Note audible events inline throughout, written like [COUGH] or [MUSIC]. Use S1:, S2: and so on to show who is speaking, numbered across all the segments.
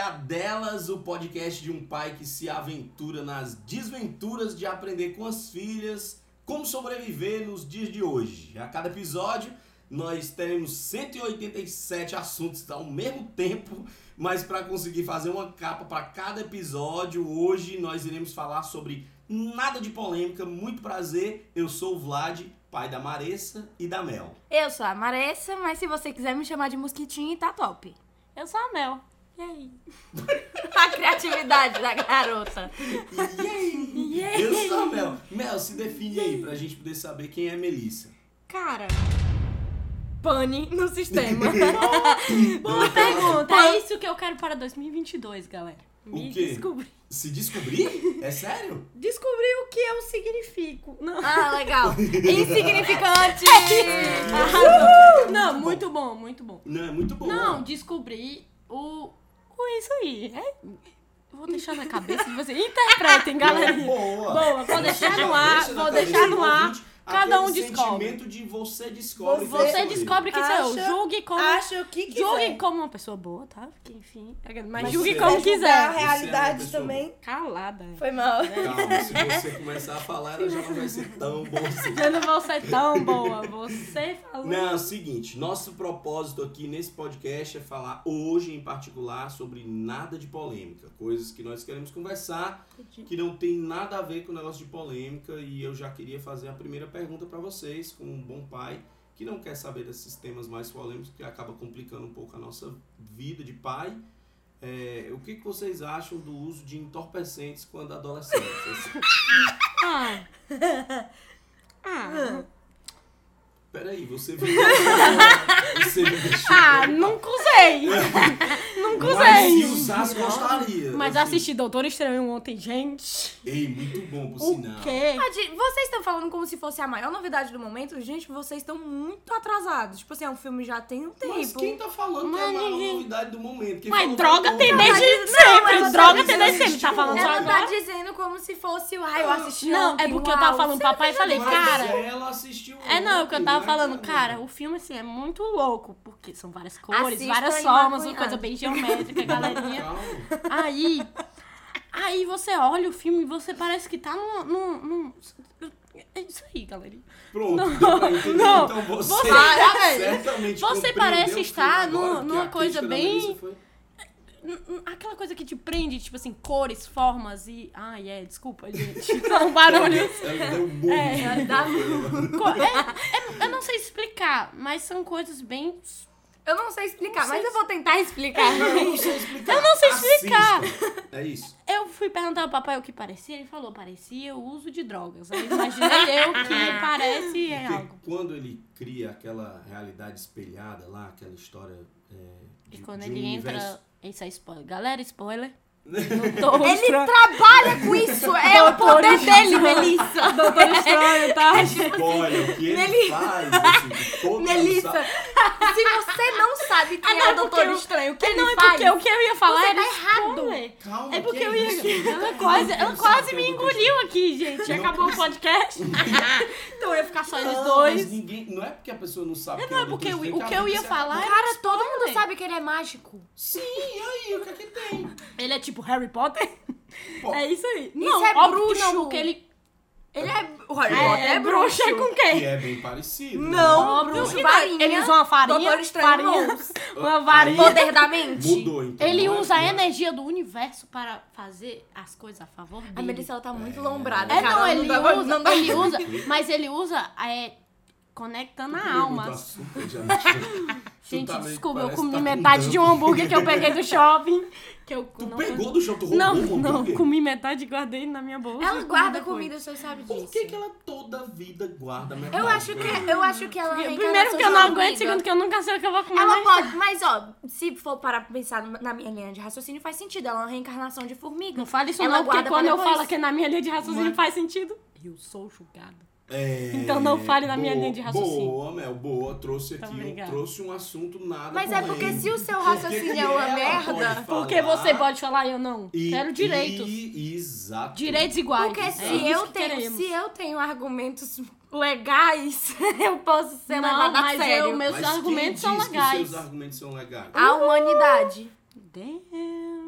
S1: a Delas, o podcast de um pai que se aventura nas desventuras de aprender com as filhas como sobreviver nos dias de hoje. A cada episódio, nós teremos 187 assuntos ao mesmo tempo, mas para conseguir fazer uma capa para cada episódio, hoje nós iremos falar sobre nada de polêmica. Muito prazer, eu sou o Vlad, pai da Maressa e da Mel.
S2: Eu sou a Maressa, mas se você quiser me chamar de mosquitinho, tá top. [LAUGHS]
S3: Eu sou a Mel. E aí?
S2: A criatividade da garota.
S1: E aí? Eu sou a Mel. Mel, se define aí pra gente poder saber quem é a Melissa.
S2: Cara, pane no
S3: [LAUGHS]
S2: sistema. [LAUGHS]
S3: Boa pergunta.
S2: Boa.
S3: É isso que eu quero para 2022, galera. Me
S1: O quê?
S3: descobri.
S1: Se descobrir? É sério?
S3: Descobri o que eu significo. Não,
S2: Ah, legal.
S3: [LAUGHS]
S2: Insignificante.
S3: É
S2: [LAUGHS]
S3: não
S1: bom.
S3: muito bom, muito bom.
S1: Não, é muito bom.
S3: Não, descobri o. o isso aí. É- Vou deixar na cabeça de vocês. Interpretem, galerinha.
S1: Boa.
S3: Boa, vou deixar no ar,
S1: Deixa na
S3: vou
S1: cabeça
S3: deixar
S1: do
S3: no ar.
S1: ouvinte
S3: Cada um
S1: aquele
S3: descobre.
S1: sentimento de você descobre. é
S4: Você
S3: Você descobre que sou eu.
S4: Acha-
S3: Julgue como.
S4: Acha o que quiser.
S3: Julgue como uma pessoa boa, tá? Porque, enfim. Mas
S1: Você-
S3: julgue
S4: Quer
S3: como
S4: julgar A
S3: quiser.
S4: realidade
S1: Você é uma pessoa
S4: também.
S3: Calada.
S4: Foi mal.
S1: Calma, se você começar a falar, ela já não vai ser tão bom assim.
S3: Eu não vou ser tão boa. Você falou.
S1: Não, é o seguinte, nosso propósito aqui nesse podcast é falar hoje em particular sobre nada de polêmica, coisas que nós queremos conversar que não tem nada a ver com o negócio de polêmica e eu já queria fazer a primeira pergunta pra vocês, como um bom pai que não quer saber desses temas mais polêmicos que acaba complicando um pouco a nossa vida de pai. É, o que, que vocês acham do uso de entorpecentes quando adolescentes? [LAUGHS]
S3: Ah. Ah.
S1: Peraí, você me você me deixou.
S3: Ah, nunca [LAUGHS] usei. nunca
S1: Mas se
S3: usei.
S1: usasse, gostaria.
S3: Mas
S1: Assim,
S3: assisti Doutor Estranho ontem, gente.
S1: Ei, muito bom, por
S3: O
S1: sinal.
S3: quê?
S2: Gente, Vocês estão falando como se fosse a maior novidade do momento? Gente, vocês estão muito atrasados. Tipo assim, é um filme já tem um tempo.
S1: Mas quem tá falando que é a
S3: Tipo, Mas
S1: maior
S3: ninguém-
S1: novidade do momento? Quem
S3: Mas
S1: falou é
S3: droga
S1: foi
S3: tem
S1: o-
S3: desde
S2: ela
S3: sempre.
S2: tá
S3: Droga
S2: dizendo
S3: tem desde sempre. Tá falando só
S2: Ela tá
S3: agora?
S2: dizendo como se fosse o ai, eu assisti
S3: Não,
S2: ontem,
S3: é porque eu tava
S2: uau.
S3: falando pro papai e falei,
S1: Mas
S3: cara.
S1: Ela assistiu.
S3: É não, é o que eu
S1: ontem,
S3: tava
S1: né,
S3: falando, cara, o filme assim é muito louco, porque são várias cores,
S2: Assistam
S3: várias
S2: aí,
S3: formas, uma
S2: maconhado.
S3: coisa bem geométrica, galerinha.
S1: Calma.
S3: Aí. Aí você olha o filme e você parece que tá num. num, num- É isso aí, galerinha.
S1: Pronto,
S3: Não,
S1: deu pra entender.
S3: não.
S1: Então você.
S3: Você tá, velho.
S1: certamente
S3: Você
S1: compreendeu
S3: parece
S1: o filme
S3: estar
S1: agora,
S3: numa-
S1: porque
S3: numa
S1: a
S3: coisa
S1: crítica da
S3: bem-
S1: Melissa foi-
S3: N- n- Aquela coisa que te prende, tipo assim, cores, formas e. Ai, é, desculpa, gente. [LAUGHS] tá São barulhos.
S1: Ela deu um muito.
S3: É,
S2: dá
S3: Co- é- é- eu não sei explicar, mas são coisas bem.
S2: Eu não sei explicar, mas eu vou tentar
S3: [LAUGHS]
S2: explicar.
S1: Eu não sei explicar.
S3: Eu não sei explicar.
S1: Assistam. É isso.
S3: Eu fui perguntar ao papai o que parecia, ele falou, parecia o uso de drogas.
S1: [LAUGHS]
S3: Aí imaginei eu que parece é
S1: Porque
S3: algo.
S1: quando ele cria aquela realidade espelhada lá, aquela história é,
S3: E
S1: de-
S3: quando
S1: de
S3: ele
S1: um
S3: entra.
S1: universo-
S3: [LAUGHS] Isso é spoiler. Galera, spoiler.
S1: [LAUGHS]
S3: Não tô
S2: Ele
S3: mostrando.
S2: trabalha com isso, é o
S3: Doutor
S2: poder dele,
S3: Estranho.
S2: Melissa.
S3: Doutor Estranho, tá?
S1: Olha, o que ele
S2: Meli-
S1: faz, assim, que todo mundo
S2: Melissa,
S1: sabe.
S2: se você não sabe
S3: Ah,
S2: quem é o Doutor Estranho, o que ele
S3: não, [LAUGHS] é
S2: faz...
S3: porque o que eu ia falar
S2: Você
S3: era
S2: tá errado.
S3: spoiler.
S1: Calma,
S3: É porque
S1: que
S3: eu
S1: isso?
S3: ia. [LAUGHS] Ela
S1: Todo
S3: quase,
S1: mundo
S3: ela
S1: sabe
S3: quase
S1: que
S3: me
S1: é o Doutor
S3: engoliu aqui, gente.
S1: Não
S3: Acabou o podcast. então eu ia ficar só eles
S1: Estranho.
S3: dois.
S1: Mas ninguém- não é porque a pessoa não sabe quem
S3: Não,
S1: é
S3: é porque eu-
S1: Doutor Estranho
S3: o que eu ia
S1: ela
S3: falar era.
S2: Cara, todo mundo
S3: spoiler.
S2: sabe que ele é mágico.
S1: Sim, e aí, o que é que tem?
S3: Ele é tipo Harry Potter?
S1: Pô.
S3: É isso aí.
S2: Isso é
S3: óbvio que
S2: bruxo.
S3: Não, porque ele
S2: Ele é... O Harry
S1: É,
S2: Potter é, bruxo.
S3: bruxa
S1: Que
S3: com quem?
S1: é bem parecido.
S2: Não.
S1: né?
S3: Óbvio
S2: bruxo,
S3: que não.
S2: varinha,
S3: Ele usa uma farinha.
S2: Doutor Estranho,
S3: farinha,
S2: mãos.
S3: Uma varinha.
S2: Poder da mente.
S1: Mudou, então.
S3: Ele
S1: não é-
S3: usa a
S1: não é-
S3: energia do universo para fazer as coisas a favor dele.
S2: A Melissa, ela tá muito lombrada,
S3: É,
S2: cara.
S3: não,
S2: ela
S3: ele
S2: dá-
S3: usa,
S2: não dá-
S3: ele usa, mas ele usa é, conectando a
S1: Pergunta
S3: alma.
S1: açúcar, já me chegou. Tu
S3: Gente,
S1: tá meio que
S3: desculpa, eu
S1: parece
S3: comi
S1: que tá com
S3: metade de um
S1: dump.
S3: hambúrguer que eu peguei
S1: [LAUGHS]
S3: do shopping. Que eu
S1: [LAUGHS] Tu
S3: não,
S1: pegou do chão, tu roubou
S3: Não,
S1: o hambúrguer?
S3: não, comi metade e guardei na minha bolsa.
S2: Ela
S3: e comi
S2: guarda
S3: depois.
S2: comida, você sabe disso.
S1: Por que, que ela toda vida guarda metade?
S2: Eu acho que, eu acho que ela é a
S3: Primeiro
S2: encarnação
S3: porque eu
S2: de
S3: não
S2: uma
S3: aguento,
S2: amiga.
S3: segundo que eu nunca sei o que eu vou comer.
S2: Ela
S3: mas- tá.
S2: pode, mas ó, se for parar pra pensar numa- na minha linha de raciocínio, faz sentido. Ela é uma reencarnação de formiga.
S3: Não fale isso
S2: Ela
S3: não, porque
S2: guarda
S3: quando
S2: pra
S3: eu
S2: depois.
S3: falo que na minha linha de raciocínio faz sentido, eu sou julgada.
S1: É,
S3: Então não fale na minha
S1: boa-
S3: linha de raciocínio.
S1: Boa, Mel, boa. Trouxe aqui,
S3: Então,
S1: um,
S3: obrigada.
S1: trouxe um assunto nada
S2: Mas é porque
S1: polêmico.
S2: se o seu
S1: Por
S2: raciocínio
S1: que
S2: é uma
S1: ela
S2: merda-
S1: pode
S3: Porque
S1: falar
S3: você pode falar, eu não.
S1: e-
S3: Quero direitos.
S1: e- exato.
S3: Direitos iguais.
S2: Porque
S3: É
S2: se,
S3: isso
S2: eu
S3: que
S2: tenho,
S3: queremos.
S2: se eu tenho argumentos legais, [LAUGHS] eu posso ser
S3: não,
S2: levada
S3: mas
S2: a sério.
S3: eu- meus
S1: Mas quem
S3: argumentos são Ah,
S1: diz que
S3: legais.
S1: Seus argumentos são legais.
S2: A humanidade.
S3: Damn.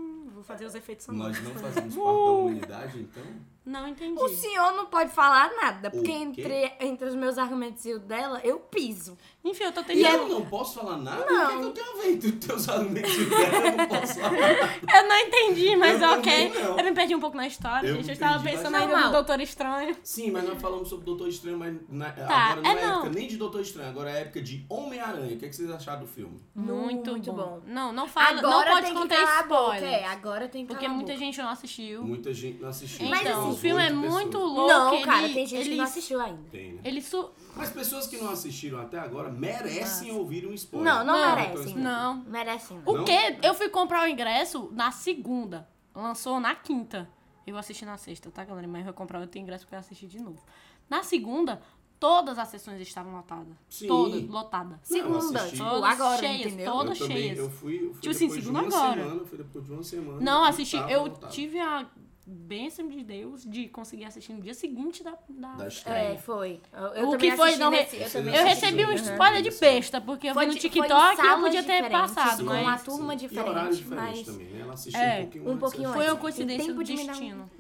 S2: fazer os efeitos sonoros.
S1: Nós não fazemos parte da humanidade, então?
S3: Não entendi.
S2: O senhor não pode falar nada, porque
S1: O quê?
S2: entre, entre os meus argumentos e o dela, eu piso.
S3: Enfim, eu tô
S1: E é
S3: tentando.
S1: eu não posso falar nada? O que, é que eu tenho a ver entre os teus argumentos e dela? Eu não posso falar.
S3: Eu não entendi, mas
S1: Eu
S3: ok.
S1: também não.
S3: Eu me perdi um pouco na história,
S1: Eu
S3: gente.
S1: me
S3: Eu estava
S1: perdi
S3: pensando
S2: bastante.
S3: ainda no
S2: Normal.
S3: Doutor Estranho.
S1: Sim, mas nós falamos sobre Doutor Estranho, mas na-
S3: Tá,
S1: agora não é,
S3: é não.
S1: época nem de Doutor Estranho, agora é época de Homem-Aranha. O que, é que vocês acharam do filme?
S3: Muito,
S2: Muito
S3: bom.
S2: bom.
S3: Não, não fala.
S2: agora
S3: não pode
S2: tem que
S3: contar
S2: calar a boca,
S3: spoiler.
S2: é, agora tem que
S3: Porque
S2: calar a
S3: muita
S2: boca.
S3: gente não assistiu.
S1: Muita gente não assistiu.
S2: Mas,
S3: Então,
S2: assim,
S3: o Uhum. filme é
S1: oito pessoas.
S3: muito louco.
S2: Não, cara,
S3: ele-
S2: tem gente que
S3: ele-
S2: não assistiu ainda.
S1: Tem, né?
S3: Ele su...
S1: Mas pessoas que não assistiram até agora merecem ouvir um spoiler.
S2: Não, não,
S3: Não,
S2: merecem.
S3: não.
S2: Merecem. não.
S3: O
S1: Não?
S3: quê? Eu fui comprar o ingresso na segunda. Lançou na quinta. Eu assisti na sexta, tá, galera? Mas eu vou comprar outro ingresso porque eu assisti de novo. Na segunda, todas as sessões estavam lotadas.
S1: Sim.
S3: Todas, lotadas.
S2: Segunda,
S1: assisti.
S2: tipo,
S3: Todas
S2: agora,
S3: cheias,
S2: entendeu?
S1: Eu
S3: todas
S1: também,
S3: cheias.
S1: Eu fui, eu fui
S3: Tipo
S1: depois
S3: assim,
S1: de
S3: segunda
S1: uma
S3: agora.
S1: semana, fui depois de uma semana.
S3: Não,
S1: e
S3: assisti.
S1: tava
S3: Eu
S1: lotado.
S3: tive a bênção de Deus de conseguir assisir no dia seguinte da. da-
S1: Da
S2: É,
S1: estreia.
S2: foi. Eu, eu
S3: O
S2: também
S3: que foi,
S2: assisti
S3: não re-
S2: nesse- eu
S1: Você
S2: também
S1: não
S3: Eu
S2: assisti.
S3: recebi um
S1: Uhum.
S3: spoiler de besta, porque eu
S2: Foi
S3: vi no
S2: de- foi em
S3: TikTok e eu
S2: salas
S3: podia ter
S2: diferentes,
S3: passado,
S2: com uma
S3: mas.
S1: Sim.
S2: turma
S1: E horário
S2: diferente,
S1: diferente
S2: mas-
S1: também, né? Ela assistiu um
S3: É,
S1: pouquinho
S2: um
S1: antes.
S2: pouquinho
S1: antes.
S3: Foi uma
S2: antes.
S3: coincidência
S2: Tempo
S3: do
S2: de me dar um-
S3: destino.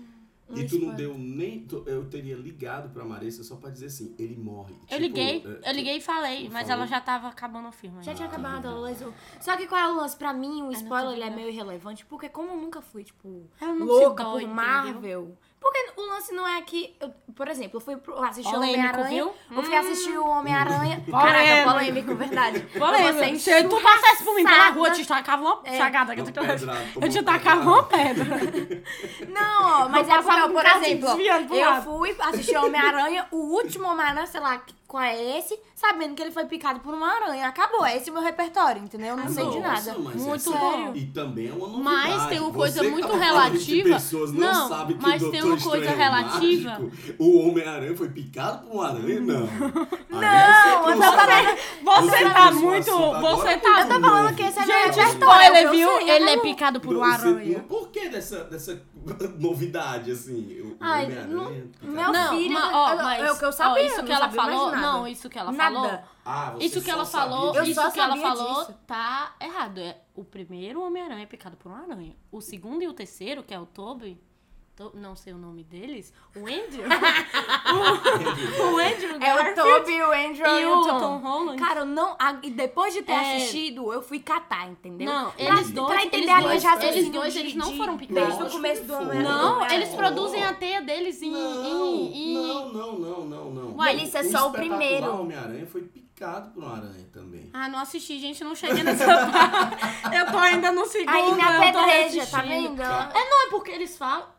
S2: Um
S1: E tu não
S2: spoiler.
S1: deu nem... tu- Eu teria ligado pra Marissa só pra dizer assim, ele morre.
S3: Eu
S1: Tipo,
S3: liguei,
S1: é,
S3: eu liguei e falei, mas
S1: falou.
S3: ela já tava acabando o filme.
S2: Já
S3: ainda.
S2: tinha acabado a Lois. Só que qual é o lance? Pra mim, o
S3: Ah, tô
S2: spoiler ele é
S3: ligada.
S2: meio irrelevante, porque como eu nunca fui, tipo,
S3: Ela não se
S2: louca
S3: dói,
S2: por
S3: entendeu?
S2: Marvel. Porque o lance não é que. eu- por exemplo, eu fui pro- assistir o
S3: Polêmico,
S2: Homem-Aranha.
S3: viu? Hum.
S2: Eu fui assistir o Homem-Aranha.
S3: Polêmico.
S2: Caraca, polêmico, verdade. Eu vou
S3: Polêmico.
S2: ser
S3: Se tu passasse por mim pela rua, eu
S2: enxurrada.
S3: te tacava uma
S2: É.
S3: chagada.
S1: Uma pedrada,
S3: Eu
S1: tomou
S3: te
S1: uma
S3: tacava
S1: pedrada.
S3: uma pedra.
S2: Não, ó, mas
S3: Eu
S2: é porque,
S3: passava
S2: eu,
S3: com
S2: por
S3: o carro
S2: exemplo,
S3: desviando pro
S2: eu
S3: lado.
S2: fui assistir Homem-Aranha, o último Homem-Aranha, sei lá qual é esse, sabendo que ele foi picado por uma aranha. Acabou, é esse o meu repertório, entendeu? Eu não sei de
S1: Nossa,
S2: nada.
S1: mas é
S3: Muito
S1: sério.
S3: bom.
S1: E também é uma novidade.
S3: Mas tem uma
S1: Você
S3: coisa
S1: que
S3: muito
S1: tá falando de
S3: relativa.
S1: pessoas não,
S3: Não,
S1: sabem que
S3: mas
S1: o
S3: tem
S1: Doutor
S3: uma coisa
S1: Estranho é
S3: relativa.
S1: mágico. o Homem-Aranha foi picado por uma aranha? Não. é
S2: Não, eu tô falando,
S3: Você
S1: um
S3: tá muito.
S1: assim,
S3: Você tá.
S2: eu tô falando que esse é meu
S3: Gente,
S2: repertório. é o
S3: spoiler,
S2: que eu
S3: viu?
S2: sei,
S3: Ele é
S2: acabou.
S3: picado por uma aranha.
S1: Por que um dessa, dessa [LAUGHS] novidade, assim? O o
S2: Ai,
S1: Homem-Aranha
S2: não-
S1: picado-
S2: não-
S3: Não,
S2: filho,
S3: ma-
S2: eu-
S3: ó,
S2: eu-
S3: mas.
S2: é o que eu
S3: ó,
S2: sabia,
S3: isso
S2: eu
S3: que
S2: não
S3: ela
S2: sabia mais
S3: falou.
S2: nada.
S3: Não, isso que ela
S2: Nada.
S3: falou.
S1: Ah, você
S3: Isso que
S1: só
S3: ela
S1: sabia
S3: falou,
S1: disso?
S2: Eu
S3: isso
S2: só
S3: que ela
S2: sabia
S3: falou
S2: disso.
S3: tá errado. É, o primeiro Homem-Aranha é picado por uma aranha. O segundo e o terceiro, que é o Toby, To- não sei o nome deles, o
S2: [LAUGHS]
S3: Andrew. o, o Andrew
S2: É o
S3: Garfield
S2: Toby, o Andrew
S3: e o Tom Holland.
S2: Cara, eu não. a- e depois de ter
S3: É.
S2: assistido, eu fui catar, entendeu?
S3: Não,
S2: Pra-
S3: eles dois,
S2: Pra
S3: eles
S2: entender a linha
S3: dois-
S2: de raciocínio
S3: eles dois,
S2: de-
S3: eles não
S2: de-
S3: foram
S2: Desde o
S1: picados.
S2: começo do é.
S1: Não,
S2: homem
S3: não, eles
S1: Não.
S3: produzem a teia deles em...
S1: Não,
S3: em- em-
S1: não, não, não, não, não.
S2: Uai, isso é só o
S1: espetacular
S2: primeiro.
S1: Homem-Aranha foi picado por uma aranha também.
S3: Ah, não assisti, gente, não cheguei nessa
S1: [LAUGHS]
S3: parte. Eu tô ainda no segundo,
S2: Aí me
S3: eu tô
S2: apedreja, tá
S3: assistindo.
S2: vendo? Ela-
S3: É não, é porque eles falam.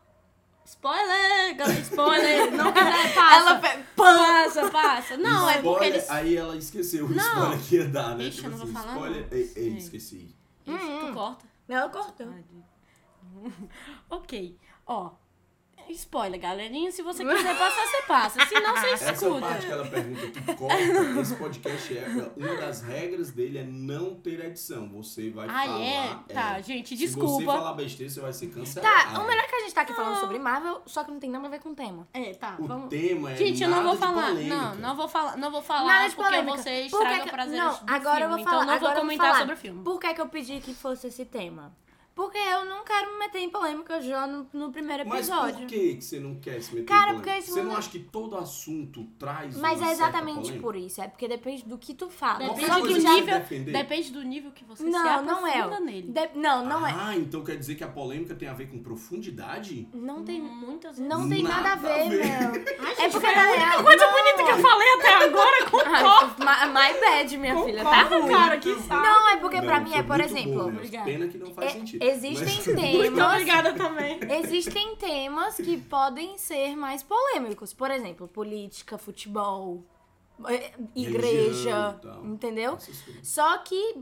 S3: Spoiler,
S1: [LAUGHS]
S3: galera, spoiler. Não
S2: [LAUGHS]
S3: quiser, passa.
S2: pe-
S3: passa, passa. Não, é porque
S1: Spoiler,
S3: eles.
S1: Aí ela esqueceu o
S3: Não.
S1: spoiler que ia dar, né?
S3: Ixi, eu não vou falar,
S1: spoiler...
S3: não.
S1: Ei, ei,
S3: Sim.
S1: esqueci.
S3: Ixi,
S2: Hum.
S3: Tu corta. [LAUGHS]
S2: Ela cortou.
S3: ok, ó. Spoiler, galerinha. Se você quiser passar, você passa. Se não, você
S1: Essa é parte que
S3: escuta.
S1: ela pergunta que corta, esse podcast é. Uma das regras dele é não ter edição. Você vai
S3: Ah,
S1: falar.
S3: é? Tá,
S1: é.
S3: gente,
S1: Se você
S3: desculpa.
S1: falar besteira, você vai ser cancelado.
S2: Tá, o melhor é que a gente tá aqui falando sobre Marvel, só que não tem nada a ver com o tema.
S3: É, tá,
S1: O
S3: vamos.
S1: tema é.
S3: Gente, eu não
S1: nada
S3: vou
S1: de
S3: falar.
S1: polêmica.
S3: Não, não vou falar. Não vou falar
S2: Nada de
S3: porque
S2: polêmica.
S3: você
S2: Por que
S3: estraga
S2: que-
S3: o prazer
S2: não,
S3: do filme.
S2: agora eu vou falar,
S3: Então
S2: agora
S3: não
S2: eu
S3: vou
S2: vou
S3: comentar
S2: falar.
S3: sobre o filme.
S2: Por que, que eu pedi que fosse esse tema? Porque eu não quero me meter em polêmica já no, no
S3: é
S2: primeiro
S1: Mas
S2: episódio.
S1: por que que você não quer se meter
S2: Cara,
S1: em polêmica?
S2: porque esse
S1: Você não
S2: mundo-
S1: acha que todo assunto traz
S2: Mas
S1: uma
S2: é
S1: certa
S2: exatamente
S1: polêmica?
S2: por isso. É porque depende do que tu fala.
S3: Depende
S2: Só
S3: do
S2: que
S1: coisa
S2: já-
S1: que
S3: nível-
S1: defender?
S3: Depende do nível que você se
S2: Não,
S3: aprofunda
S2: não é.
S3: nele.
S2: De- Não, não é.
S1: Ah, então quer dizer que a polêmica tem a ver com profundidade?
S2: Não tem.
S3: muitas
S2: Não tem nada, a
S1: Nada a
S2: ver,
S1: ver.
S2: Mel.
S1: [LAUGHS]
S2: É porque na real.
S3: Coisa bonita que eu falei até agora com
S2: Ah, my, my bad, minha filha. Tá
S3: Concordo.
S2: ruim.
S3: Cara, que saco.
S2: Não, é porque
S1: Não,
S2: pra mim
S1: foi
S2: é, por
S1: muito
S2: exemplo.
S1: bom, Nelson. Pena que não faz
S2: é-
S1: sentido.
S2: existem
S1: Mas- [LAUGHS]
S3: Muito
S2: temas.
S3: obrigada também.
S2: Existem temas que podem ser mais polêmicos. Por exemplo, política, futebol, eh, igreja,
S1: Religião, tal.
S2: entendeu?
S1: Essas coisas.
S2: Só que.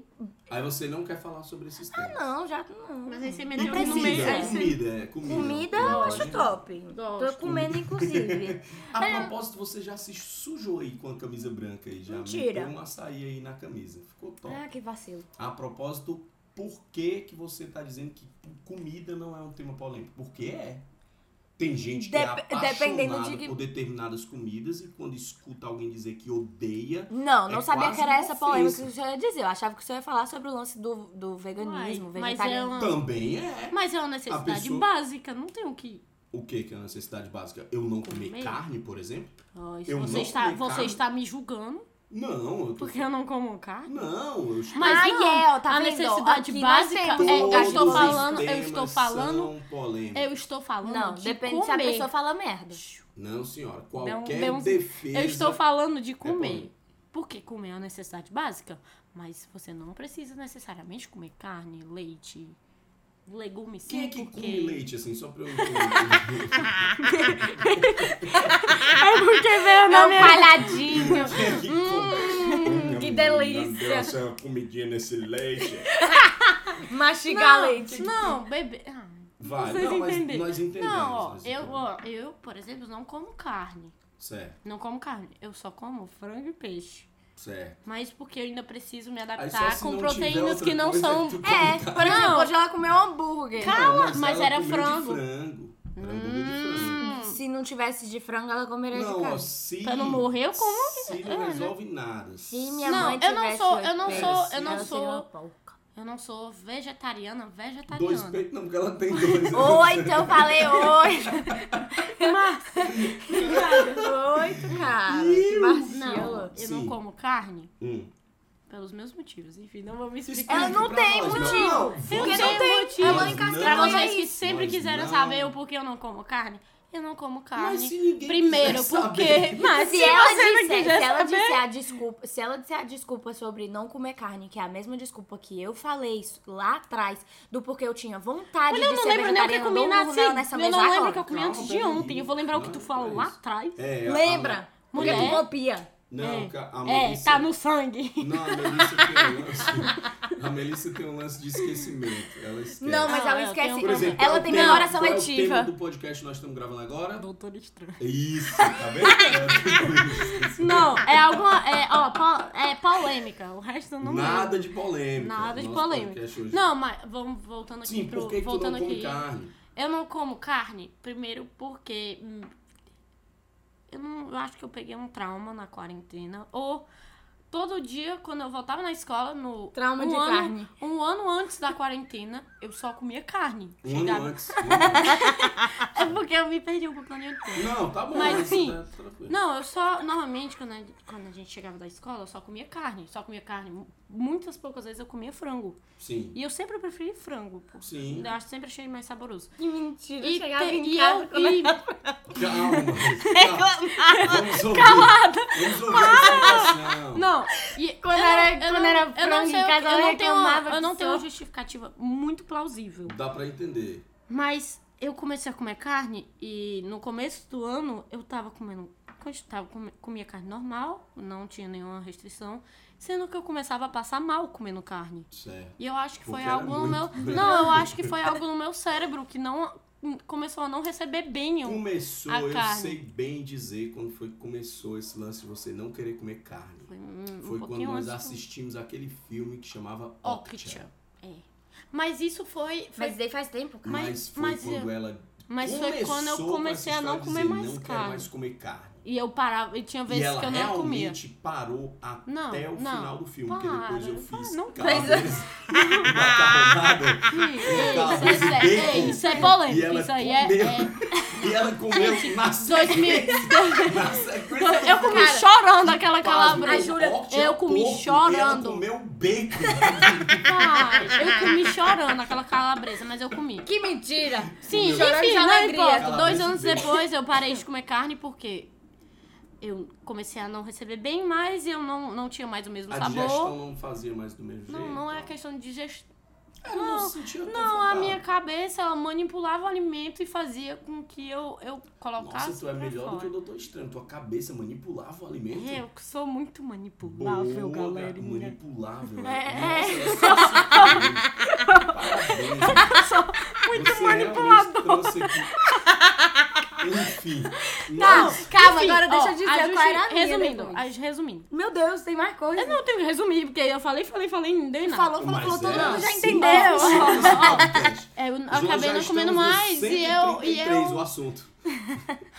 S1: Aí você não quer falar sobre esses temas.
S2: Ah, Não, já não.
S3: Mas aí você
S2: Não
S3: meteu
S2: precisa.
S3: no meio.
S1: Comida,
S3: Aí você...
S1: comida, é, comida.
S2: Comida eu
S1: Pode.
S2: acho top.
S3: Gosto.
S2: Tô comendo,
S3: [LAUGHS]
S2: inclusive.
S1: A propósito, você já se sujou aí com a camisa branca aí, já
S2: Mentira.
S1: meteu um açaí aí na camisa. Ficou top.
S2: ah, que vacilo.
S1: A propósito, por que que você tá dizendo que comida não é um tema polêmico? Porque é. Tem gente que é
S2: Dep- dependendo
S1: apaixonada
S2: de que-
S1: por determinadas comidas e quando escuta alguém dizer que odeia,
S2: Não, não
S1: É
S2: sabia
S1: quase
S2: que era
S1: uma
S2: essa polêmica
S1: ofensa.
S2: que o senhor ia dizer. Eu achava que o senhor ia falar sobre o lance do, do veganismo,
S3: Uai, mas é
S2: vegetariano.
S3: uma-
S1: também é.
S3: Mas é uma necessidade
S1: pessoa-
S3: básica, não tem o que.
S1: O que que é a necessidade básica? Eu não comer
S3: Comer?
S1: carne, por exemplo?
S3: Ó, isso
S1: Eu
S3: você,
S1: não
S3: está,
S1: comi
S3: você
S1: carne.
S3: está me julgando
S1: Não, eu tô...
S3: porque eu não como carne?
S1: Não, eu estou...
S3: Mas
S2: Ai,
S3: não,
S2: é, tá
S3: a
S2: vendo?
S3: necessidade
S2: Aqui nós
S3: básica
S2: temos
S3: é, eu
S1: Todos
S3: estou
S1: os
S3: falando, eu
S1: temas
S3: estou falando,
S1: são polêmicos.
S3: eu estou falando
S2: Não,
S3: de
S2: depende se a
S3: comer.
S2: pessoa fala merda.
S1: Não, senhora. Qualquer
S3: deu um-
S1: defesa...
S3: Eu estou falando de comer.
S1: polêmico.
S3: Porque comer é uma necessidade básica, mas você não precisa necessariamente comer carne, leite, legumes, sim,
S1: Quem é que
S3: porque
S1: come leite, assim, só pra eu entender?
S3: porque veio
S2: É
S3: na
S2: um
S3: minha [LAUGHS]
S2: palhadinho.
S1: Quem é que come?
S2: que
S1: Hum,
S2: delícia.
S1: Deus, essa comidinha nesse leite.
S2: Mastigar
S3: Não,
S2: leite.
S3: Não, bebê. ah,
S1: Vai,
S3: Vocês
S1: não, mas
S3: entenderam.
S1: nós entendemos.
S3: Não, ó,
S1: nós
S3: eu,
S1: entendemos.
S3: ó, eu, por exemplo, não como carne.
S1: Certo,
S3: Não como carne. Eu só como frango e peixe.
S1: certo.
S3: Mas porque eu ainda preciso me
S1: Aí só
S3: adaptar
S1: se
S3: Tá com
S1: não tiver
S3: proteínas
S1: outra
S3: que não
S1: coisa
S3: são.
S1: que tu
S2: É,
S1: come,
S2: por exemplo, hoje ela comeu hambúrguer.
S3: Cala, mas
S1: ela
S3: era
S1: comeu De
S3: frango. Hum.
S1: frango. Era hambúrguer de frango.
S2: Se não tivesse de frango, ela comeria de
S1: Não, ó,
S2: carne.
S1: se...
S3: Pra não morrer, eu como.
S1: Se não resolve nada.
S2: Se minha
S3: Não,
S2: mãe
S3: eu não
S2: tivesse
S3: sou-
S2: oito
S3: eu não
S2: pés,
S1: sou- eu
S2: ela
S3: não
S2: seria
S3: sou-
S2: uma pouca.
S3: Eu não sou vegetariana,
S1: Dois
S3: vegetariana.
S1: peitos, não, porque ela tem dois. né? [LAUGHS]
S2: Oito,
S3: então
S2: eu falei [LAUGHS] oito. oito, cara. Que
S3: Não,
S2: vacilo.
S3: eu não
S1: Sim.
S3: como carne
S1: Hum.
S3: pelos meus motivos. Enfim, não vou me explicar.
S2: Ela não
S1: Explica pra
S2: tem
S1: nós,
S2: motivo.
S1: não, não,
S2: Porque
S1: vamos-
S2: não tem.
S3: motivo.
S2: Ela
S1: Mas não.
S2: encastrou
S3: Pra
S1: Não,
S3: vocês que
S1: mas
S3: sempre quiseram
S1: não.
S3: saber o porquê eu não como carne, eu não como carne.
S1: Mas se ninguém
S3: Primeiro,
S1: quiser
S3: porque.
S1: saber.
S3: [LAUGHS] Mas
S2: Se ela,
S3: você não
S2: disser,
S3: quiser
S2: se ela
S3: saber-
S2: disser a desculpa, se ela disser a desculpa sobre não comer carne, que é a mesma desculpa que eu falei isso lá atrás, do porquê eu tinha vontade
S3: Olha, eu
S2: de
S3: não
S2: ser
S3: lembro nem o que eu
S2: vegetariana,
S3: comi
S2: não,
S3: na
S2: não,
S3: se-
S2: nessa
S3: Eu
S2: mesa
S3: não lembro o
S2: agora.
S3: que eu comi
S1: Calma,
S3: antes de
S1: peraí.
S3: ontem. Eu vou lembrar o que tu
S1: Não,
S3: falou
S1: peraí.
S3: lá atrás.
S1: [LAUGHS] É, a-
S2: Lembra?
S1: a-
S2: Porque tu
S3: Mulher.
S2: copia.
S1: Não, ca- a
S3: é,
S1: Melissa-
S3: tá no sangue.
S1: [LAUGHS] Não, a Melissa tem um
S3: [LAUGHS]
S1: lance. A Melissa tem um lance de esquecimento. Ela esquece.
S2: Não, mas
S3: Ah,
S2: ela
S3: eu
S2: esquece.
S3: tenho-
S1: Por exemplo,
S2: ela
S1: qual é o
S2: tem
S1: tema-
S2: memória
S1: qual é o tema
S2: seletiva.
S1: do podcast que nós estamos gravando agora?
S3: Doutor estranho.
S1: Isso, tá vendo?
S3: Não, é alguma. É, ó, po- é polêmica. O resto eu [LAUGHS] não
S1: Nada
S3: lembro.
S1: de polêmica.
S3: Nada de
S1: Nosso
S3: polêmica.
S1: podcast hoje.
S3: Não, mas vamos voltando aqui
S1: Sim,
S3: pro.
S1: por que, que tu
S3: voltando
S1: não come
S3: aqui.
S1: carne?
S3: Eu não como carne, primeiro porque. hum, Eu não. Eu acho que eu peguei um trauma na quarentena. Ou todo dia, quando eu voltava na escola, no.
S2: Trauma
S3: um
S2: de
S3: ano,
S2: carne.
S3: Um ano antes da quarentena, eu só comia carne.
S1: Um
S3: Chegava-
S1: ano antes. um ano
S3: [LAUGHS] É porque eu me perdi um pouco na minha
S1: antes. Não, tá bom.
S3: Mas, enfim,
S1: tá tranquilo.
S3: Não, eu só. Normalmente, quando a, quando a gente chegava da escola, eu só comia carne. Só comia carne. Muitas poucas vezes eu comia frango.
S1: Sim.
S3: E eu sempre preferi frango. pô.
S1: Sim.
S3: Eu acho- sempre achei mais saboroso.
S2: Que mentira.
S3: E, é
S2: chegava
S3: te-
S2: em
S3: e
S2: casa
S3: eu.
S2: quando
S3: e-
S1: Calma. [LAUGHS] calma. Vamos ouvir. Vamos
S3: É
S1: ouvir a explicação.
S3: [LAUGHS] Não, e
S2: [LAUGHS] Quando
S3: eu
S2: era-
S3: não- eu
S2: quando
S3: não-
S2: era
S3: eu não
S2: frango em
S3: sei o que-
S2: casa,
S3: eu
S2: ela
S3: não tenho,
S2: reclamava
S3: eu
S2: que
S3: não tenho
S2: só-
S3: uma justificativa muito plausível.
S1: Dá pra entender.
S3: Mas eu comecei a comer carne e no começo do ano eu tava comendo. eu Tava, come- comia carne normal, não tinha nenhuma restrição. Sendo que eu começava a passar mal comendo carne.
S1: Certo.
S3: E eu acho que foi
S1: Porque era
S3: algo
S1: [LAUGHS]
S3: no meu.
S1: muito.
S3: Não, eu acho que foi algo no meu cérebro que não hum, começou a não receber bem. o-
S1: Começou,
S3: a
S1: eu
S3: carne.
S1: sei bem dizer quando foi que começou esse lance de você não querer comer carne.
S3: Foi, um, um
S1: Foi quando
S3: pouquinho
S1: nós
S3: antes do-
S1: assistimos aquele filme que chamava Okja.
S3: Octcha. É. Mas isso foi. foi-
S2: Mas daí faz tempo, cara.
S1: Mas foi
S3: mas
S1: quando
S3: eu-
S1: ela
S3: mas foi
S1: começou
S3: quando eu
S1: com essa
S3: comecei a não
S1: história de
S3: comer
S1: dizer,
S3: mais
S1: não
S3: carne.
S1: quero mais comer carne.
S3: E eu parava, e tinha
S1: E
S3: vezes
S1: ela
S3: que eu não comia.
S1: realmente parou até
S3: Não,
S1: o
S3: não.
S1: final do filme,
S3: Para,
S1: porque depois eu
S3: para,
S1: fiz
S3: não
S1: caldas,
S3: [LAUGHS]
S1: macarronada,
S3: Ih, ei,
S1: caldas e
S3: [LAUGHS] Isso é, sério, ei,
S1: bacon.
S3: isso é
S1: e
S3: polêmico,
S1: ela
S3: isso aí é.
S1: comeu,
S3: é
S1: e ela comeu na
S3: dois
S1: sequência,
S3: mil...
S1: na sequência do
S3: Eu comi
S2: Cara,
S3: chorando aquela
S1: Faz,
S3: calabresa.
S1: meu,
S2: Júlia,
S1: corte
S3: eu
S1: é
S3: comi
S1: porco, E ela
S3: chorando.
S1: comeu
S3: [LAUGHS]
S1: bacon.
S3: Ai, eu comi chorando aquela calabresa, mas eu comi.
S2: Que mentira.
S3: Sim,
S2: Chorando de
S3: enfim, não
S2: alegria.
S3: importa.
S1: Calabresa
S3: Dois anos
S1: de bacon.
S3: depois eu parei de comer carne porque eu comecei a não receber bem mais e eu não, não tinha mais o mesmo
S1: A
S3: sabor.
S1: digestão não fazia mais do mesmo jeito.
S3: Não, não é
S1: então.
S3: questão de digestão.
S1: Ela não, se sentia
S3: Não, a
S1: confortável.
S3: minha cabeça, ela manipulava o alimento e fazia com que eu, eu colocasse
S1: Nossa, tu é
S3: pra
S1: melhor do que
S3: fora. É,
S1: o Doutor Estranho. Tua cabeça manipulava o alimento.
S3: Eu que sou muito
S1: Boa,
S3: manipulável, galerinha.
S1: manipulável.
S2: É,
S1: Parabéns. Muito manipulador. Trouxe aqui. Enfim.
S2: Tá,
S1: Nossa.
S2: calma,
S3: Enfim,
S2: agora deixa
S3: Assim, ó,
S2: eu dizer
S3: a
S2: qual
S3: justi-
S2: era a minha né,
S3: Resumindo,
S2: depois.
S3: a- resumindo.
S2: Meu Deus, tem mais coisa.
S3: Eu não tenho que resumir, porque eu falei, falei, falei, não dei nada.
S2: Falou, falou,
S1: Mas
S2: falou, todo
S1: é
S2: mundo já
S1: assim.
S2: entendeu.
S3: É, eu
S1: Já-
S3: acabei
S1: já
S3: não comendo
S1: estamos no
S3: mais e eu... E
S1: 133 o
S3: eu...
S1: assunto.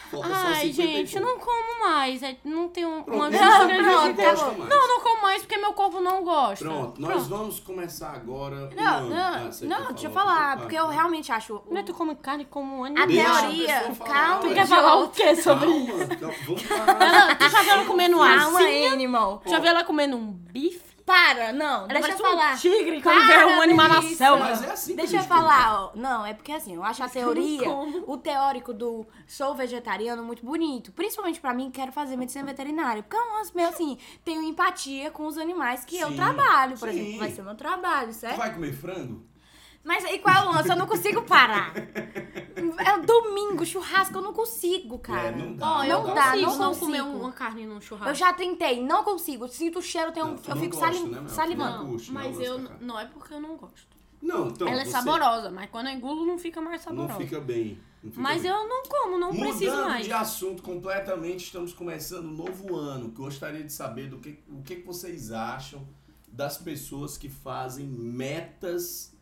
S1: Falta só
S3: Ai,
S1: 50 e
S3: gente, eu
S1: pouco.
S3: não como mais. é, Não tenho uma
S1: Pronto,
S3: vida
S1: não
S2: pronto,
S1: gosta
S2: acabou.
S1: mais.
S3: Não, eu não como mais porque meu corpo não gosta.
S1: Pronto, nós vamos começar agora.
S2: Não,
S1: o ano.
S2: não,
S1: Ah, você
S2: não,
S1: quer
S2: deixa
S1: outra
S2: eu falar,
S1: parte?
S2: porque eu realmente acho.
S3: Não é tu come carne como um
S2: A
S3: animal.
S1: Deixa a
S2: teoria,
S1: pessoa falar,
S2: calma.
S1: ué.
S3: Tu
S2: de
S3: quer falar
S2: outro-
S3: o quê sobre isso?
S1: Calma, calma, vamos parar.
S3: Não, tu já viu ela comendo
S2: Calma,
S3: alce?
S2: animal.
S3: Já viu ela comendo um bife?
S2: Para, não, deixa eu
S3: Parece
S2: falar.
S3: um tigre quando
S2: Para
S3: vê um animal na
S2: disso.
S3: selva.
S1: Mas é assim que
S2: Deixa
S1: a
S2: eu
S1: gente
S2: falar, ó. Não, é porque assim, eu acho a teoria,
S3: como.
S2: o teórico do sou vegetariano muito bonito. Principalmente pra mim, que quero fazer medicina veterinária. Porque é um lance meio assim, tenho empatia com os animais que eu
S1: Sim,
S2: trabalho. Por
S1: sim.
S2: exemplo, vai ser meu trabalho,
S1: Tu
S2: certo?
S1: vai comer frango?
S2: Mas e qual é o lance? Eu não consigo parar. É o domingo, churrasco, eu não consigo, cara.
S1: É, não dá,
S2: Ó,
S1: não
S2: não
S1: dá.
S2: dá,
S1: Consigo
S2: não
S3: não
S2: consigo.
S3: comer um uma carne num churrasco.
S2: Eu já tentei, não consigo. Sinto o cheiro, tenho,
S1: Não,
S2: um-
S1: tu
S2: eu
S1: não
S2: fico
S1: gosta,
S2: sali-
S1: né, meu?
S2: salivando.
S1: Não
S3: Não,
S1: gosto,
S3: mas
S1: não
S3: eu
S1: gosto, cara.
S3: não é porque eu não gosto.
S1: Não, então.
S3: ela é
S1: você
S3: saborosa, mas quando eu engulo não fica mais
S1: Não
S3: saborosa.
S1: fica bem. não fica
S3: Mas
S1: bem.
S3: eu não como, não
S1: Mudando
S3: preciso mais.
S1: de assunto completamente, estamos começando um novo ano. Gostaria de saber do que, o que que vocês acham das pessoas que fazem metas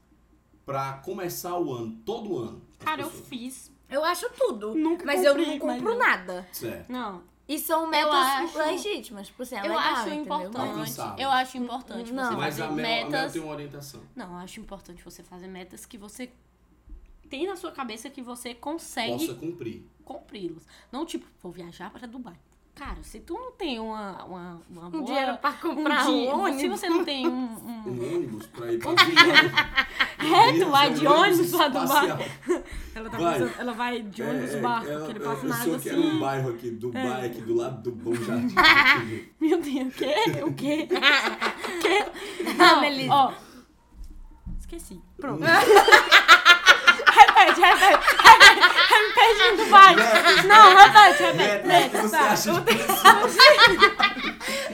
S1: pra começar o ano, todo ano. as
S3: Cara, eu
S1: pessoas.
S3: fiz.
S2: Eu acho tudo,
S3: Nunca
S2: mas eu não
S3: cumpri, mas
S2: compro
S3: não.
S2: nada.
S1: Certo.
S3: Não,
S2: E são metas
S3: acho-
S2: legítimas, tipo assim, é
S3: eu
S2: legal,
S3: acho
S2: entendeu? Mas-
S3: importante.
S1: Alcançável.
S3: Eu acho importante
S2: Não.
S3: você
S1: Mas
S3: fazer
S1: a Mel, a Mel
S3: metas.
S1: tem uma orientação.
S3: Não, eu acho importante você fazer metas que você tem na sua cabeça que você consegue
S1: Possa cumprir.
S3: cumpri-los. Não tipo, vou viajar para Dubai. Cara, se tu não tem uma, uma, uma
S2: Um
S3: boa...
S2: dinheiro pra
S3: um
S2: comprar
S3: di-
S2: um ônibus.
S3: Se você não tem um... um-
S1: Um ônibus pra ir pra Dubai.
S3: Reto, vai de
S1: É um
S3: ônibus pra Dubai.
S1: espacial.
S3: [LAUGHS] Ela, tá
S1: Vai.
S3: pensando- ela vai de ônibus
S1: É, é,
S3: barco,
S1: ela-
S3: que ele passa
S1: eu
S3: na
S1: só
S3: água
S1: quero
S3: assim.
S1: um bairro aqui, Dubai, aqui do lado do Bom Jardim.
S3: [LAUGHS] Meu Deus, o quê? O [LAUGHS] quê? O quê?
S2: Ah, Melissa.
S3: ó. Esqueci. Pronto. [LAUGHS]
S2: Repete, repete.
S3: Perdi do bairro. Não, repete, repete.
S1: Meta que você
S3: Tá.
S1: acha de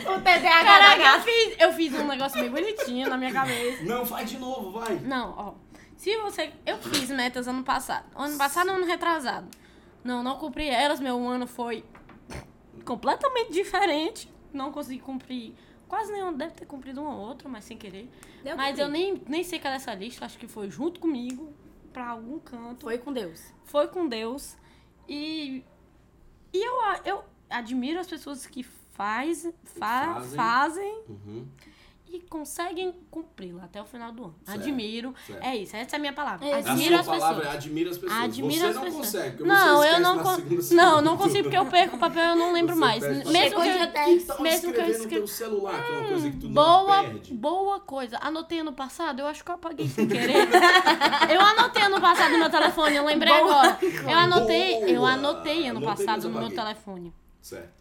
S2: O TDAH da
S3: Caraca,
S2: gata.
S3: eu fiz, eu fiz um negócio bem bonitinho na minha cabeça.
S1: Não, faz de novo, vai.
S3: Não, ó. Se você. Eu fiz metas ano passado. Ano passado, ano retrasado. Não, não cumpri elas. Meu ano foi completamente diferente. Não consegui cumprir. Quase nenhum. Deve ter cumprido um ou outro, mas sem querer.
S2: Eu
S3: mas
S2: cumpri.
S3: eu nem, nem sei qual é essa lista. Acho que foi junto comigo. Pra algum canto.
S2: Foi com Deus.
S3: Foi com Deus. E. E eu, a- eu admiro as pessoas que faz, fa-
S1: Fazem.
S3: fazem
S1: Uhum,
S3: e conseguem cumpri-la até o final do ano.
S1: Certo,
S3: Admiro.
S1: certo.
S3: É isso, essa é a minha palavra.
S2: É isso.
S1: A
S3: Admiro
S1: sua
S3: as
S1: palavra é
S3: pessoas.
S1: admira as pessoas.
S3: Admiro
S1: você
S3: as
S1: não
S3: pessoas.
S1: consegue. porque
S3: não,
S1: você
S3: eu
S1: esquece
S3: não
S1: na
S3: con-
S1: segunda
S3: Não,
S1: segunda.
S3: não
S1: [LAUGHS]
S3: consigo porque eu perco o papel, eu não lembro
S1: Você
S3: mais.
S1: perde.
S3: Mesmo
S2: Chegou
S3: que
S2: dia
S3: eu...
S2: 10.
S1: Então,
S3: mesmo que eu
S1: escrever no
S3: escreva-
S1: teu celular, que é uma coisa que tu
S3: Boa,
S1: não perde.
S3: boa coisa. Anotei ano passado, eu acho que eu apaguei sem querer. [LAUGHS] eu anotei ano passado no meu telefone, eu lembrei agora. Eu anotei, eu
S1: Boa.
S3: anotei ano
S1: Anotei, mas
S3: passado no meu
S1: apaguei.
S3: telefone.
S1: Certo.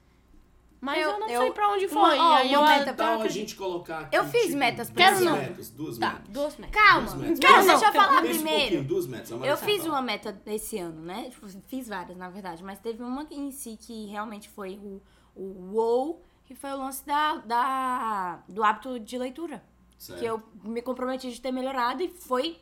S3: Mas
S2: Eu-
S3: eu, não
S2: eu-
S3: sei pra onde
S2: uma-
S3: foi.
S2: ó,
S3: aí eu
S2: uma meta
S3: até
S1: Então a
S3: acredito.
S1: gente colocar aqui,
S2: Eu fiz
S1: tipo,
S2: metas pra
S1: duas
S3: esse ano.
S1: metas, duas
S3: Tá,
S1: metas.
S3: duas metas.
S2: Calma,
S1: Duas metas.
S2: calma,
S3: Não,
S2: deixa eu
S3: não,
S2: falar
S1: Pensa um pouquinho,
S2: primeiro.
S1: duas metas. a Maria
S2: Eu
S1: vai
S2: fiz
S1: falar.
S2: uma meta esse ano, né? Tipo, Fiz várias, na verdade, mas teve uma em si que realmente foi o, o wow, que foi o lance da, da, do hábito de leitura.
S1: Certo.
S2: Que eu me comprometi de ter melhorado e foi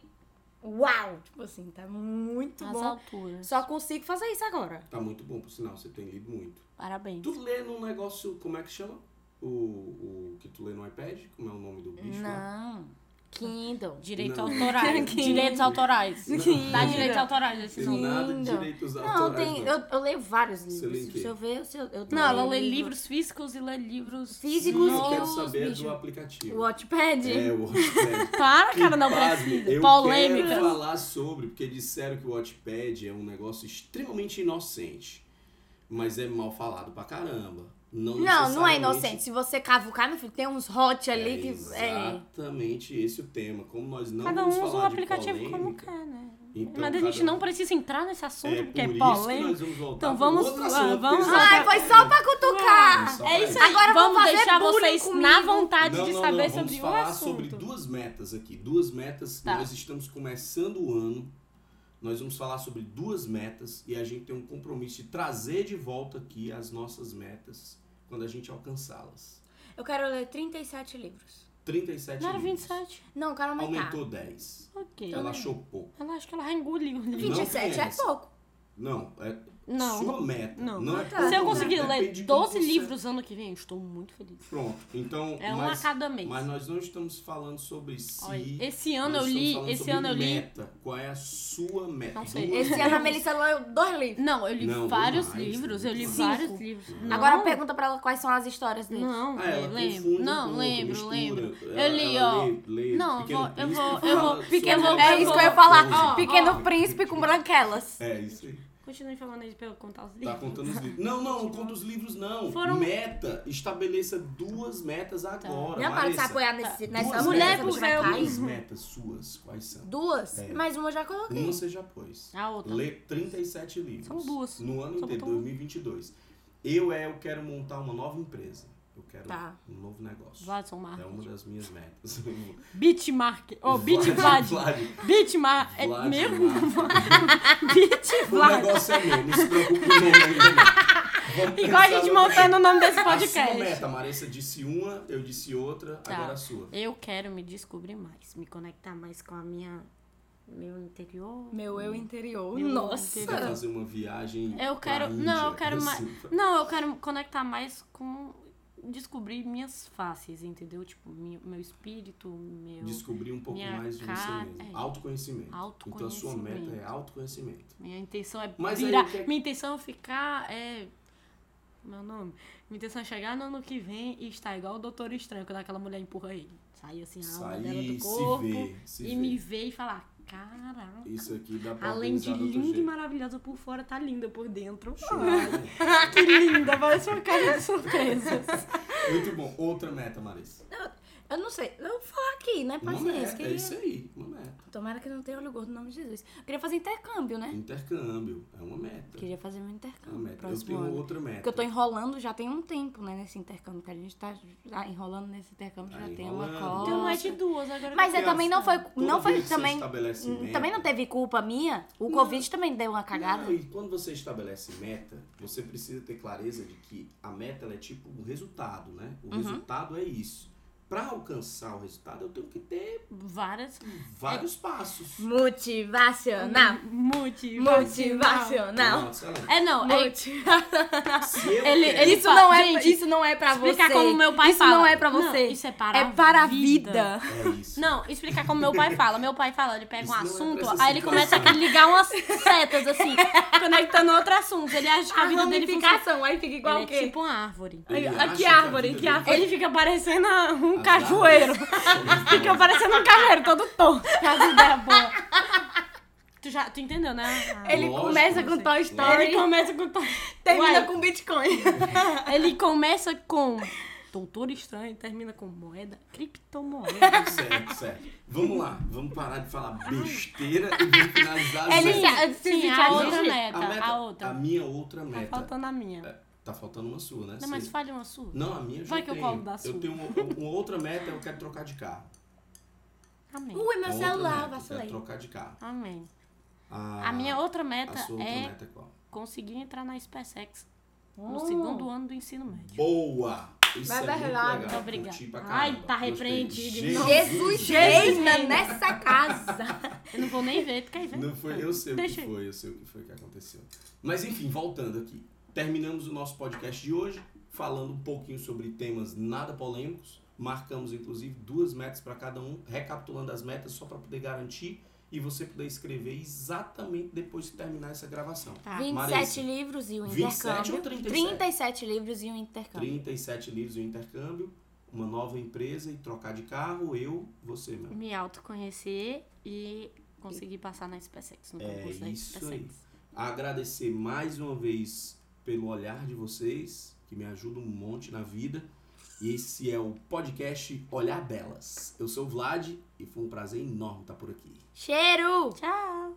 S2: uau! Tipo assim, tá muito
S3: As
S2: bom.
S3: alturas.
S2: Só consigo fazer isso agora.
S1: Tá muito bom, por sinal, você tem lido muito.
S3: Parabéns.
S1: Tu lê num negócio, como é que chama? O, o que tu lê no iPad? Como é o nome do bicho
S2: né?
S1: lá?
S2: Não. Kindle.
S3: Direitos
S1: Não.
S3: autorais.
S2: [LAUGHS] Que-
S3: direitos autorais.
S1: Não.
S3: Dá direitos autorais esse
S1: Tem
S3: nome.
S1: nada de
S2: Kindle.
S1: direitos
S2: Não,
S1: autorais.
S2: tem,
S1: não.
S2: eu, eu leio vários
S1: Você lê o
S2: livros.
S1: quê?
S2: Se eu ver, se eu, eu
S3: Não, ela
S2: leio
S3: lê
S2: livro-
S3: livros físicos e lê livros
S2: Físicos
S1: Sim, eu
S2: e
S1: quero
S2: os
S1: saber
S2: bichos.
S1: do aplicativo.
S2: Watchpad.
S1: É, o Watchpad.
S3: Para,
S1: Que
S3: [LAUGHS] cara, não
S1: pasme,
S3: precisa.
S1: Eu
S3: Polêmica.
S1: quero falar sobre, porque disseram que o Watchpad é um negócio extremamente inocente. Mas é mal falado pra caramba. Não,
S2: Não, não é
S1: necessariamente-
S2: inocente. Se você cavucar, meu filho, tem uns hot
S1: É
S2: ali que. É.
S1: exatamente esse o tema. Como nós não
S3: Cada
S1: vamos
S3: um usa
S1: falar
S3: o
S1: de
S3: aplicativo como
S1: polêmica,
S3: quer, né?
S1: então
S3: Mas a gente
S1: cada-
S3: não precisa entrar nesse assunto
S1: é,
S3: porque é
S1: por isso que
S3: polêmica.
S1: nós vamos voltar
S3: Então
S1: pra
S3: vamos-
S1: outro
S3: ah,
S1: assunto,
S3: vamos
S1: porque
S3: voltar-
S2: Ai, foi só pra cutucar!
S1: Isso,
S3: É isso
S1: vai.
S3: aí.
S2: Agora eu vou
S3: vamos
S2: fazer
S3: deixar
S2: bullying
S3: vocês
S2: comigo.
S3: na vontade
S1: Não,
S3: de
S1: não,
S3: saber
S1: não, vamos
S3: sobre o
S1: falar
S3: assunto.
S1: sobre duas metas aqui. Duas metas.
S3: Tá.
S1: Nós estamos começando o ano. Nós vamos falar sobre duas metas e a gente tem um compromisso de trazer de volta aqui as nossas metas quando a gente alcançá-las.
S2: É. Eu quero ler 37 livros.
S1: 37
S3: Não era
S1: livros.
S3: 27?
S2: Não, eu quero aumentar.
S1: Aumentou 10.
S3: Ok. Então,
S1: Ela achou pouco.
S3: Ela acho que ela engoliu. né?
S1: Não
S2: 27 é
S1: conhece.
S2: pouco.
S1: Não, é,
S3: Não.
S1: Sua meta.
S3: Não.
S1: é
S2: Se
S1: todo
S3: Se eu
S1: mundo,
S3: conseguir
S1: depende
S3: ler
S1: de como
S3: 12
S1: você-
S3: livros ano que vem, eu estou muito feliz.
S1: Pronto. Então,
S3: É um
S1: mas,
S3: a cada mês.
S1: mas nós não estamos falando sobre si.
S3: Olha, esse ano
S1: nós
S3: eu
S1: estamos
S3: li,
S1: falando
S3: esse
S1: sobre
S3: ano eu li.
S1: Meta. Qual é a sua meta?
S3: Não sei.
S1: Duas
S2: Esse ano a Melissa leu dois livros.
S3: Não, eu li
S1: Não,
S3: vários
S1: mais,
S3: livros, eu li
S1: muito
S2: mais.
S3: vários
S2: Cinco.
S3: livros.
S2: Agora
S3: Não,
S2: pergunta pra ela quais são as histórias deles.
S3: Não,
S1: Ah, ela
S3: eu
S1: confunde
S3: lembro.
S1: um
S3: Não,
S1: pouco,
S3: lembro,
S1: mistura.
S3: lembro.
S1: Ela-
S3: eu li,
S1: ela
S3: ó.
S1: lê- lê
S3: não,
S1: Pequeno
S3: vou- eu
S1: Príncipe
S3: vou-
S1: e
S3: eu
S1: fala
S3: vou-
S1: sobre
S3: Pequeno-
S1: a
S2: É isso que eu ia falar.
S1: coisa.
S2: Pequeno príncipe com branquelas.
S1: É isso aí.
S3: Continue falando aí pra eu contar os livros.
S1: Tá contando os livros. Não, não, não conta os livros, não.
S3: Foram- Tá.
S1: Meta. Estabeleça duas metas agora.
S2: Não, para de né? se
S1: Marissa.
S2: apoiar nesse, nessa
S1: Duas
S3: mulher
S1: metas.
S2: nessa
S3: por véu.
S2: branquelas.
S1: Duas metas suas, quais são?
S2: Duas?
S1: É.
S2: Mais uma eu já coloquei.
S1: Uma você já pôs.
S3: A outra.
S1: Lê 37 livros.
S3: São duas.
S1: No ano
S3: Só
S1: inteiro,
S3: botou um. uma.
S1: 2022. Eu é, eu quero montar uma nova empresa. Eu quero
S2: Tá.
S1: um novo negócio.
S3: Vladson
S1: É uma
S3: Mark.
S1: das minhas metas.
S3: Bitmark. Ô, Bitmad.
S1: Vlad.
S3: Bitmar. É
S1: Vlad
S3: meu?
S1: Mark. O
S3: Bitmar.
S1: negócio é meu, não se preocupe com o nome ainda não. Vamos
S3: Igual a
S1: pensar
S3: gente
S1: no nome.
S3: montando o nome desse
S1: A sua
S3: podcast.
S1: meta, Marissa disse uma, eu disse outra,
S3: Tá.
S1: agora a sua.
S3: Eu quero me descobrir mais, me conectar mais com a minha. Meu interior.
S2: Meu eu interior.
S3: Meu eu
S2: Nossa.
S1: Você vai fazer uma viagem
S3: Tá. Eu
S1: pra
S3: quero.
S1: Índia,
S3: Não, eu quero
S1: assim,
S3: mais.
S1: pra-
S3: Não, eu quero me conectar mais com. Descobrir minhas faces, entendeu? Tipo, mi- meu espírito, meu.
S1: Descobrir um pouco
S3: Minha
S1: mais de
S3: cara-
S1: você mesmo.
S3: é.
S1: Autoconhecimento. Então a sua meta é
S3: Autoconhecimento.
S1: autoconhecimento.
S3: Minha intenção é
S1: Mas aí
S3: virar.
S1: o que é-
S3: Minha intenção é ficar. É... Meu nome. Minha intenção é chegar no ano que vem e estar igual o Doutor Estranho, quando aquela mulher empurra ele. Sair assim, a alma dela
S1: Sair,
S3: do
S1: se
S3: corpo.
S1: ver, se
S3: e
S1: ver.
S3: me ver e falar: caraca.
S1: Isso aqui dá pra
S3: Além de
S1: organizar outro
S3: linda e
S1: jeito.
S3: maravilhosa por fora, tá linda por dentro.
S1: Show.
S3: Ah, que linda, parece uma caixa de surpresas.
S1: é. Muito bom. Outra meta, Marissa.
S2: Eu não sei. Eu vou falar aqui, né?
S1: Uma
S2: Paciência.
S1: meta, é
S2: Que...
S1: isso aí. Uma meta.
S2: Tomara que não tenha olho gordo no nome de Jesus. Eu queria fazer intercâmbio, né?
S1: Intercâmbio. É uma meta.
S2: Queria fazer meu
S1: É uma
S2: intercâmbio.
S1: meta. Eu
S2: Próximo
S1: tenho
S2: ano.
S1: outra meta.
S2: Porque eu tô enrolando já tem um tempo, né? Nesse intercâmbio. Que a gente tá já enrolando nesse intercâmbio
S1: Tá
S2: já tem uma
S1: enrolando.
S2: cota.
S3: Então mais de duas agora.
S2: Mas
S3: que
S2: eu também não foi.
S1: Todo
S2: Não
S1: dia
S2: foi
S1: que você
S2: também. hum,
S1: estabelece meta-
S2: Também não teve culpa minha. O Covid também deu uma cagada.
S1: Não, e quando você estabelece meta, você precisa ter clareza de que a meta ela é tipo um resultado, né? O resultado é isso. Pra alcançar o resultado, eu tenho que ter
S3: Várias.
S1: vários passos.
S2: Motivacional.
S3: Motivacional.
S2: Motivacional.
S1: Marcela,
S3: É, não. É,
S1: se eu
S3: Ele-
S1: quero-
S3: ele
S2: Isso não é,
S3: Gente,
S2: isso não é pra você.
S3: explicar como meu pai
S2: isso
S3: fala.
S2: não é pra você.
S3: Não, isso é para
S2: é
S3: a
S2: para a
S3: vida.
S2: vida.
S1: É isso.
S3: Não, explicar como meu pai fala. Meu pai fala, ele pega
S1: Isso
S3: um
S1: não é
S3: assunto,
S1: pra essa
S3: aí ele começa a
S1: situação.
S3: ligar umas setas, assim, conectando outro assunto. Ele acha que a vida dele funciona.
S2: aí fica assim,
S3: Ele é tipo uma árvore.
S1: Ele
S2: Ah, que
S1: acha a
S2: árvore,
S1: vida
S2: que
S1: dele-
S2: árvore.
S3: Ele fica parecendo um
S1: As
S3: cajueiro.
S1: árvores-
S3: [LAUGHS] Fica parecendo um carreiro todo torto. As
S2: é
S3: ideias boas. Tu já, tu entendeu, né?
S2: Ele
S1: Lógico,
S2: começa com
S1: lógico.
S2: Toy Story,
S3: Ele começa com...
S2: termina
S3: Ué.
S2: com Bitcoin.
S3: Ele começa com Doutor Estranho e termina com moeda, criptomoeda.
S1: Certo, certo. Vamos lá, vamos parar de falar besteira e vamos finalizar as
S2: Ele
S1: metas.
S2: se- se- se-
S3: Sim,
S2: se-
S3: a outra
S2: se-
S3: meta,
S1: a, meta-
S3: a outra.
S1: a minha outra
S3: Tá
S1: meta.
S3: faltando a minha.
S1: Tá faltando uma sua, né?
S3: Não, mas
S1: Sim.
S3: fale uma sua.
S1: Não, a minha já
S3: Vai que eu
S1: tenho.
S3: colo da sua.
S1: Eu tenho uma, uma outra meta, eu quero trocar de carro.
S3: Amém.
S2: Ui,
S1: Uma
S2: meu
S1: outra
S2: celular,
S1: meta, eu Quero
S2: vacilei.
S1: trocar de carro.
S3: Amém.
S1: Ah,
S3: A minha outra
S1: a
S3: meta
S1: sua outra
S3: é
S1: meta é qual?
S3: conseguir entrar na SpaceX no
S2: Hum.
S1: Uh!
S3: segundo ano do ensino médio.
S1: Boa! Isso
S2: Vai
S1: é
S2: dar
S1: muito
S2: relado.
S1: legal.
S3: Muito obrigada.
S1: Curti pra
S3: Ai,
S1: caramba.
S3: tá
S1: Gostei.
S3: repreendido.
S2: Jesus reina nessa
S3: [LAUGHS]
S2: casa.
S3: Eu não vou nem ver, tu quer ver?
S1: Não foi, eu sei o que
S3: É, tá. Deixa aí.
S1: foi, eu sei o que foi que aconteceu. Mas enfim, voltando aqui. Terminamos o nosso podcast de hoje falando um pouquinho sobre temas nada polêmicos. Marcamos inclusive duas metas para cada um, recapitulando as metas só para poder garantir e você poder escrever exatamente depois que terminar essa gravação.
S3: Tá.
S2: 27
S1: Marisa.
S2: livros e um
S1: 27 ou
S2: intercâmbio.
S1: 37?
S2: 37 livros e um intercâmbio.
S1: 37 livros e um intercâmbio, uma nova empresa e trocar de carro, eu, você, meu.
S3: Me autoconhecer e conseguir passar na SpaceX, no
S1: É
S3: concurso da
S1: isso
S3: SpaceX.
S1: aí. agradecer mais uma vez pelo olhar de vocês, que me ajuda um monte na vida. E esse é o podcast Olhar Belas. Eu sou o Vlad e foi um prazer enorme estar por aqui.
S2: Cheiro!
S3: Tchau!